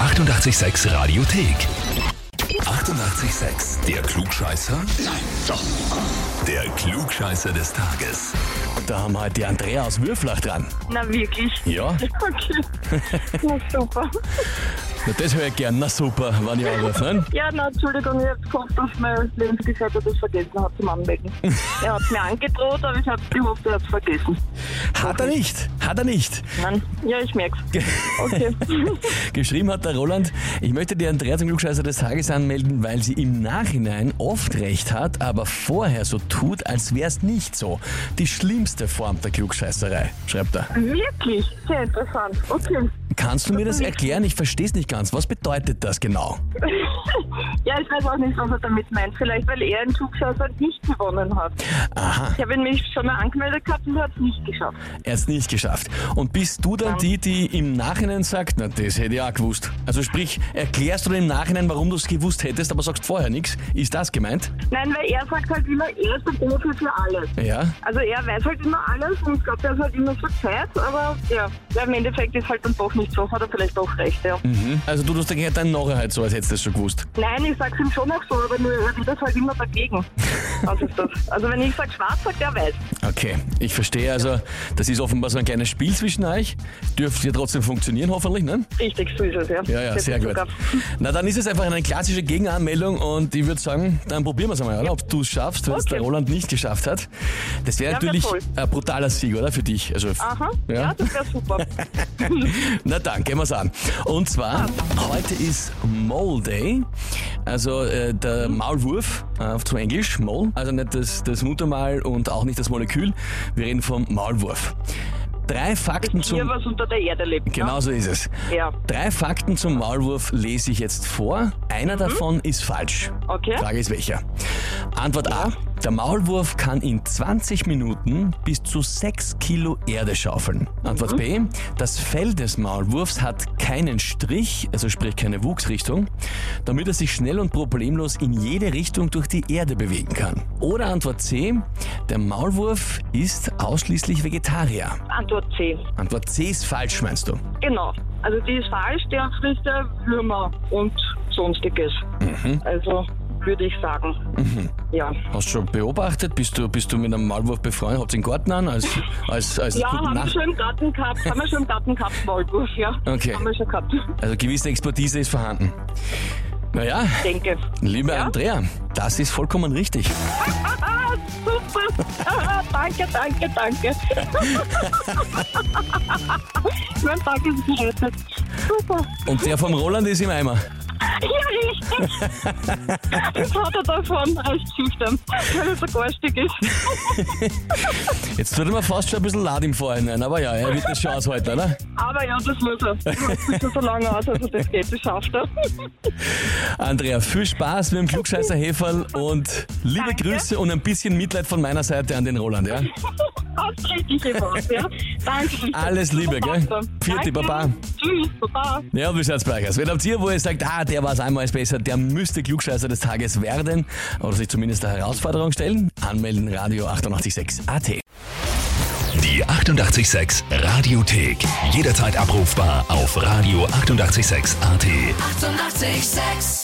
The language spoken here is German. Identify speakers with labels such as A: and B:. A: 886 Radiothek. 88,6. Der Klugscheißer? Nein, doch. Der Klugscheißer des Tages.
B: Da haben wir halt die Andrea aus Würflach dran.
C: Na wirklich?
B: Ja,
C: Okay. Na super.
B: na das höre ich gern. Na super, wann ich anrufe. ne?
C: Ja, na Entschuldigung, ich hab's gehofft, dass mein Lebensgefährte das vergessen hat zum Anmelden. er hat mir angedroht, aber ich hab gehofft, er hat's vergessen.
B: Hat er nicht, hat er nicht.
C: Nein. Ja, ich merk's. Okay.
B: Geschrieben hat der Roland, ich möchte die Andrea zum Glückscheißer des Tages anmelden, weil sie im Nachhinein oft recht hat, aber vorher so tut, als wär's nicht so. Die schlimmste Form der Klugscheißerei, schreibt er.
C: wirklich? Sehr interessant. Okay.
B: Kannst du mir das erklären? Ich verstehe es nicht ganz. Was bedeutet das genau?
C: Ja, ich weiß auch nicht, was er damit meint. Vielleicht, weil er einen Zugschauer nicht gewonnen hat.
B: Aha,
C: Ich habe ihn mich schon mal angemeldet gehabt und er hat's nicht geschafft.
B: er hat's nicht geschafft. Und bist du dann die, die im Nachhinein sagt, na das hätte ich auch gewusst. Also sprich, erklärst du dir im Nachhinein, warum du es gewusst hättest, aber sagst vorher nichts? Ist das gemeint?
C: Nein, weil er sagt halt immer, er ist der Profi für alles.
B: Ja.
C: Also er weiß halt immer alles und ich glaube, er ist halt immer so Zeit, aber ja, ja, im Endeffekt ist halt dann doch nicht so, hat er vielleicht doch recht, ja.
B: Mhm. Also du tust dir dann nachher halt so, als hättest du es schon gewusst.
C: Nein, ich sag's ihm schon auch so, aber nur er will das halt immer dagegen. Was ist das? Also wenn ich sag schwarz, sagt er weiß.
B: Okay, ich verstehe. Also das ist offenbar so ein kleines Spiel zwischen euch. Dürfte ja trotzdem funktionieren, hoffentlich, ne?
C: Richtig, so ist es, ja.
B: Ja, ja,
C: Das
B: sehr
C: ist
B: gut.
C: sogar-
B: Na, dann ist es einfach eine klassische Gegenanmeldung und ich würde sagen, dann probieren wir es einmal, oder? Ob du es schaffst, wenn es
C: Okay.
B: der Roland nicht geschafft hat. Das wäre
C: Ja, wär
B: natürlich
C: toll.
B: ein brutaler Sieg, oder? Für dich. Also,
C: Aha, ja,
B: Ja.
C: das wäre super.
B: Na dann, gehen wir's an. Und zwar, heute ist Mole Day, also äh, der
C: Mhm.
B: Maulwurf, äh, zu Englisch, Mole, also nicht das, das Muttermal und auch nicht das Molekül, wir reden vom Maulwurf. Drei Fakten
C: Hier,
B: zum...
C: was unter der Erde lebt.
B: Genau so ist es.
C: Ne? Ja,
B: Drei Fakten zum Maulwurf lese ich jetzt vor. Einer davon ist falsch.
C: Mhm. okay.
B: Frage ist welcher. Antwort A. Der Maulwurf kann in 20 Minuten bis zu 6 Kilo Erde schaufeln.
C: Mhm.
B: Antwort B. Das Fell des Maulwurfs hat keinen Strich, also sprich keine Wuchsrichtung, damit er sich schnell und problemlos in jede Richtung durch die Erde bewegen kann. Oder Antwort C. Der Maulwurf ist ausschließlich Vegetarier.
C: Antwort C.
B: Antwort C ist falsch, meinst du?
C: Genau. Also die ist falsch, der frisst ja Würmer und sonstiges.
B: Mhm.
C: Also würde ich sagen. Ja.
B: Hast du schon beobachtet? Bist du, bist du mit einem Maulwurf befreundet? Habt ihr den Garten an? Als, als, als
C: Ja,
B: guten
C: haben wir
B: Nach-
C: schon im Garten gehabt, haben wir schon im Garten gehabt, Maulwurf, ja.
B: Okay.
C: Haben wir schon gehabt,
B: Also gewisse Expertise ist vorhanden. Naja,
C: denke.
B: liebe
C: Ja?
B: Andrea, das ist vollkommen richtig.
C: Ah, super! Ah, danke, danke, danke. mein Tag ist gerettet. Super.
B: Und der vom Roland ist im Eimer.
C: Ja, richtig. Das hat er davon, recht schüchtern, weil er so garstig ist.
B: Jetzt tut er mir fast schon ein bisschen leid im Vorhinein, aber ja, er wird das schon aushalten, oder?
C: Aber ja, das muss er. Das sieht so lange aus, also das geht, das schafft er.
B: Andrea, viel Spaß mit dem Klugscheißer Heferl und liebe
C: Danke.
B: Grüße und ein bisschen Mitleid von meiner Seite an den Roland, ja?
C: Hast richtig gemacht, ja. Danke.
B: Alles Liebe, gell? Vierte,
C: Vierte,
B: Baba.
C: Tschüss, Baba.
B: Ja, und wie schaut's bei euch aus? Wen habt ihr, wo ihr sagt, ah, der war's einmal besser, der müsste Klugscheißer des Tages werden oder sich zumindest der Herausforderung stellen? Anmelden, Radio 886 AT.
A: Die 88,6 Radiothek. Jederzeit abrufbar auf radio886.at. 88,6.
D: Eighty-eight, sex.